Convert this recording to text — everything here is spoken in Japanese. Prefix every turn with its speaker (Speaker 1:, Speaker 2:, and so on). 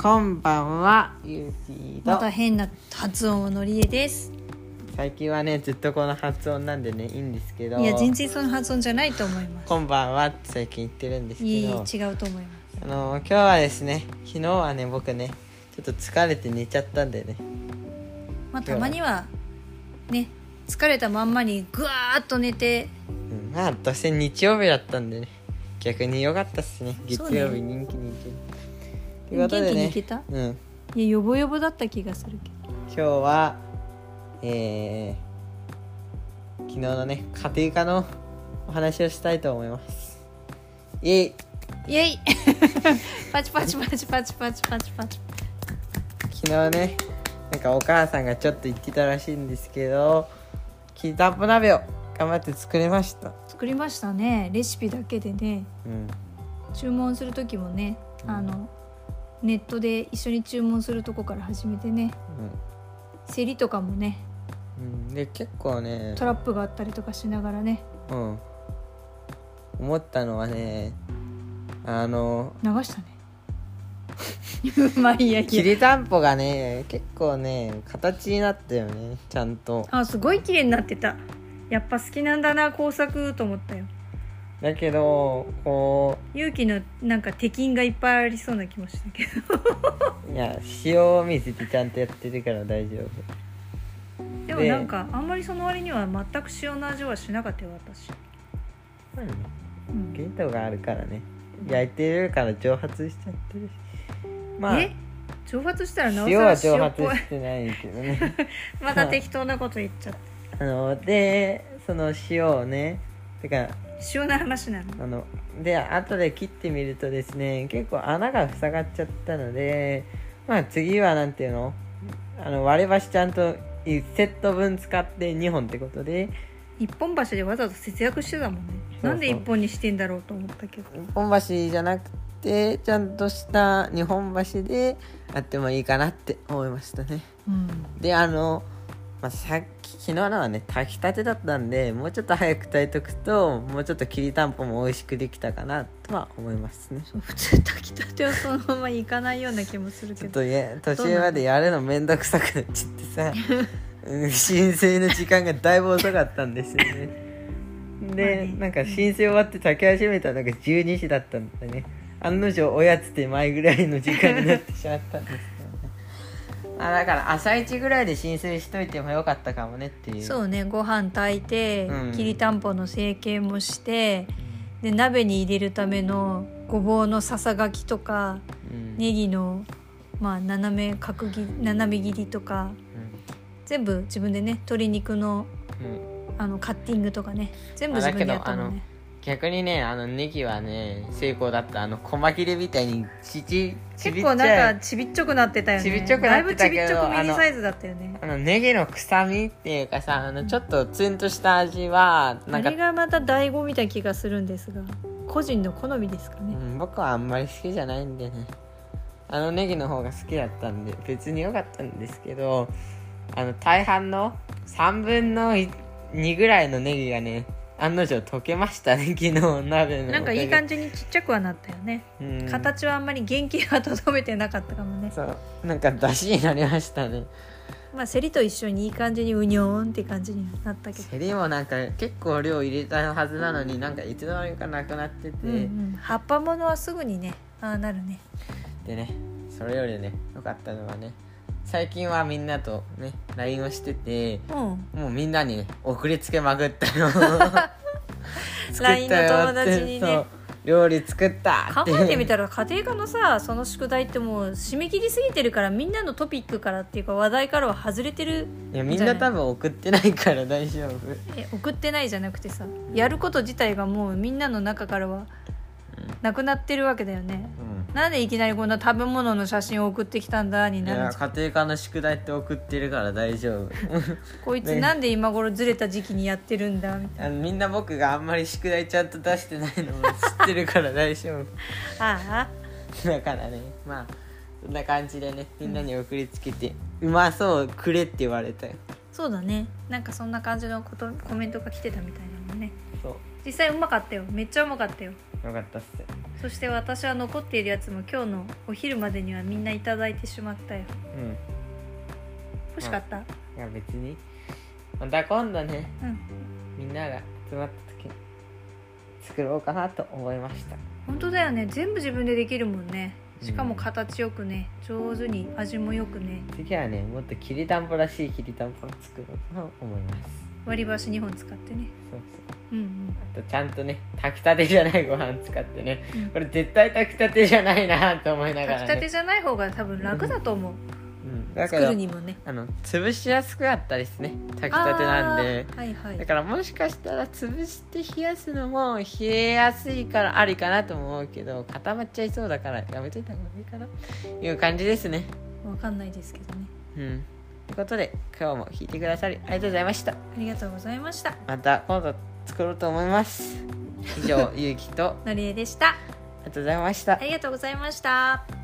Speaker 1: こんばんは、ゆうきー
Speaker 2: ま
Speaker 1: と
Speaker 2: た。変な発音はのりえです
Speaker 1: 最近はね、ずっとこの発音なんでね、いいんですけど。
Speaker 2: いや全然その発音じゃないと思います
Speaker 1: こんばんはって最近言ってるんです
Speaker 2: いい
Speaker 1: け
Speaker 2: 違
Speaker 1: ど。
Speaker 2: うと思いま
Speaker 1: あの、今日はですね、昨日はね、僕ね、ちょっと疲れて寝ちゃったんでね。
Speaker 2: すまあたまにはね疲れたまんまにぐわーっと寝て
Speaker 1: うん、まあ、どうせ日曜日だったんでね。逆に良かったっすね。月
Speaker 2: そうね
Speaker 1: 曜日人気人気。という
Speaker 2: 元
Speaker 1: ことで
Speaker 2: 気にい
Speaker 1: ね
Speaker 2: け、た、
Speaker 1: うん、
Speaker 2: いやよぼよぼだった気がするけど
Speaker 1: 今日は、えー、昨日のね、家庭科のお話をしたいと思います。イエイ
Speaker 2: イエイパチパチパチパチパチパチパチ
Speaker 1: 昨日ねなんかお母さんがちょっと言ってたらしいんですけどきりたんぽ鍋を頑張って作れました
Speaker 2: 作りましたねレシピだけでね
Speaker 1: うん
Speaker 2: 注文する時もねあのネットで一緒に注文するとこから始めてね競りとかもね
Speaker 1: うん、うん、で結構ね
Speaker 2: トラップがあったりとかしながらね
Speaker 1: うん思ったのはねあの
Speaker 2: 流したね まあいいやい
Speaker 1: き
Speaker 2: や
Speaker 1: りたんぽがね結構ね形になったよねちゃんと
Speaker 2: あすごい綺麗になってたやっぱ好きなんだな工作と思ったよ
Speaker 1: だけどこ
Speaker 2: 勇気のなんか敵金がいっぱいありそうな気もしたけど
Speaker 1: ういや塩水でちゃんとやってるから大丈夫
Speaker 2: でもなんかあんまりその割には全く塩の味はしなかったよ私、うん
Speaker 1: ゲートがあるからね焼いてるから蒸発しちゃってるしまあ
Speaker 2: え蒸発したらな
Speaker 1: 塩
Speaker 2: お
Speaker 1: は
Speaker 2: さ
Speaker 1: 蒸
Speaker 2: ら塩
Speaker 1: 発
Speaker 2: っぽい
Speaker 1: してないけどね
Speaker 2: また適当なこと言っちゃった
Speaker 1: あのでその塩をねてか
Speaker 2: 塩の話なの
Speaker 1: あので後で切ってみるとですね結構穴が塞がっちゃったのでまあ次はなんていうのあの割り箸ちゃんと1セット分使って2本ってことで
Speaker 2: 一本橋でわざわざ節約してたもんね
Speaker 1: そう
Speaker 2: なんで一本にしてんだろうと思ったけど
Speaker 1: 1本箸じゃなくてちゃんとした2本箸でやってもいいかなって思いましたね。
Speaker 2: うん
Speaker 1: であの、まあ、さっき昨日のはね炊きたてだったんでもうちょっと早く炊いとくともうちょっときりたんぽも美味しくできたかなとは思いますね
Speaker 2: そう普通炊きたてはそのままいかないような気もする
Speaker 1: ち
Speaker 2: け
Speaker 1: ょっ
Speaker 2: ど
Speaker 1: とえ途中までやるのめんどくさくなっちゃってさ、うん、申請の時間がだいぶ遅かったんですよね
Speaker 2: まあ
Speaker 1: で
Speaker 2: ね
Speaker 1: なんか申請終わって炊き始めたのが12時だったんだね案の定おやつ手前ぐらいの時間になってしまったんですけどねあだから朝一ぐらいで申請しといてもよかったかもねっていう
Speaker 2: そうねご飯炊いて、
Speaker 1: うん
Speaker 2: きりたんぽの成形もしてで鍋に入れるためのごぼうのささがきとか
Speaker 1: うん
Speaker 2: ネギの、まあ、斜め角切り斜め切りとか全部自分でね鶏肉の
Speaker 1: うんうん
Speaker 2: あのカッティングとかね全部自分でやったもんね
Speaker 1: 逆にねあのネギはね成功だったあの細切れみたいにちちちびっ
Speaker 2: 結
Speaker 1: ちゃ
Speaker 2: 構
Speaker 1: い
Speaker 2: なんかちびっちょくなってたよね
Speaker 1: ちびっちょくなってたけど
Speaker 2: だいぶちびっちょくミ
Speaker 1: あ
Speaker 2: ニ
Speaker 1: の
Speaker 2: サイズだったよね
Speaker 1: あのネギの臭みっていうかさあのちょっとツンとした味は
Speaker 2: あ
Speaker 1: なんか
Speaker 2: れ、がまた醍醐味た気がするんですが個人の好みですか
Speaker 1: う
Speaker 2: ね、
Speaker 1: ん、僕はあんまり好きじゃないんでねあのネギの方が好きだったんで別に良かったんですけどあの大半の3分の2ぐらいのネギがね案の定溶けましたね昨日鍋の
Speaker 2: なんかいい感じにちっちゃくはなったよね、
Speaker 1: じ、うん
Speaker 2: 形はあんまり原型はとどめてなかったかも ね
Speaker 1: そうなんか出汁になりましたね
Speaker 2: まあセリと一緒にいい感じにうにょーんって感じになったけど、
Speaker 1: セリもなんか結構量入れたはずなのになんかいつの間にかなくなってて、
Speaker 2: うんうん、葉っぱものはすぐにねああなるね
Speaker 1: でねそれよりね良かったのはね最近はみんなとね LINE をしてて
Speaker 2: うん
Speaker 1: もうみんなにね送りつけまくったの
Speaker 2: LINE の友達に
Speaker 1: そ
Speaker 2: ね
Speaker 1: う料理作った
Speaker 2: 考
Speaker 1: って
Speaker 2: えてみたら家庭科のさその宿題ってもう締め切りすぎてるからみんなのトピックからっていうか話題からは外れてる
Speaker 1: いやみんな多分送ってないから大丈夫
Speaker 2: え送ってないじゃなくてさやること自体がもうみんなの中からはなくなってるわけだよねなんでいきなりこんな食べ物の写真を送ってきたんだに
Speaker 1: い
Speaker 2: なるん
Speaker 1: や
Speaker 2: じゃん
Speaker 1: 家庭科の宿題って送ってるから大丈 夫
Speaker 2: こいつ
Speaker 1: ね
Speaker 2: なんで今頃ずれた時期にやってるんだみたい
Speaker 1: あのみんな僕があんまり宿題ちゃんと出してないのも知ってるから大丈夫
Speaker 2: なあ
Speaker 1: だからねまあそんな感じでねみんなに送りつけて、うまそうくれって言われたよ
Speaker 2: あそうだねなんかそんな感じのことコメントが来てたみたいなのね
Speaker 1: そう
Speaker 2: 実際うまかったよめっちゃうまかったよ
Speaker 1: よかったっす
Speaker 2: そして私は残っているやつも今日のお昼までにはみんないただいてしまったよ
Speaker 1: うん
Speaker 2: 欲しかった
Speaker 1: いや別にまた今度ね
Speaker 2: うん
Speaker 1: みんなが集まった時に作ろうかなと思いました
Speaker 2: 本当だよね全部自分でできるもんねしかも形よくね上手に味もよくね
Speaker 1: 次はねもっときりたんぽらしいきりたんぽを作ろうと思います
Speaker 2: 割り箸2本使ってね
Speaker 1: そうそう
Speaker 2: うんうん
Speaker 1: あとちゃんとね炊きたてじゃないご飯使ってね
Speaker 2: うん
Speaker 1: これ絶対炊きたてじゃないなと思いなが
Speaker 2: 炊
Speaker 1: ら、
Speaker 2: き
Speaker 1: ね、
Speaker 2: たてじゃない方が多分楽だと思う
Speaker 1: うん、だか
Speaker 2: 作
Speaker 1: ら
Speaker 2: るにもね
Speaker 1: あの潰しやすくあったりですね炊きたてなんで
Speaker 2: あーはいはい
Speaker 1: だからもしかしたら潰して冷やすのも冷えやすいからありかなとも思うけど固まっちゃいそうだからやめといた方がいいかないう感じですね
Speaker 2: わかんないですけどね
Speaker 1: うんということで今日も聞いてくださりありがとうございました
Speaker 2: ありがとうございました
Speaker 1: また今度作ろうと思います以上ゆうきと
Speaker 2: のりえでした
Speaker 1: ありがとうございました
Speaker 2: ありがとうございました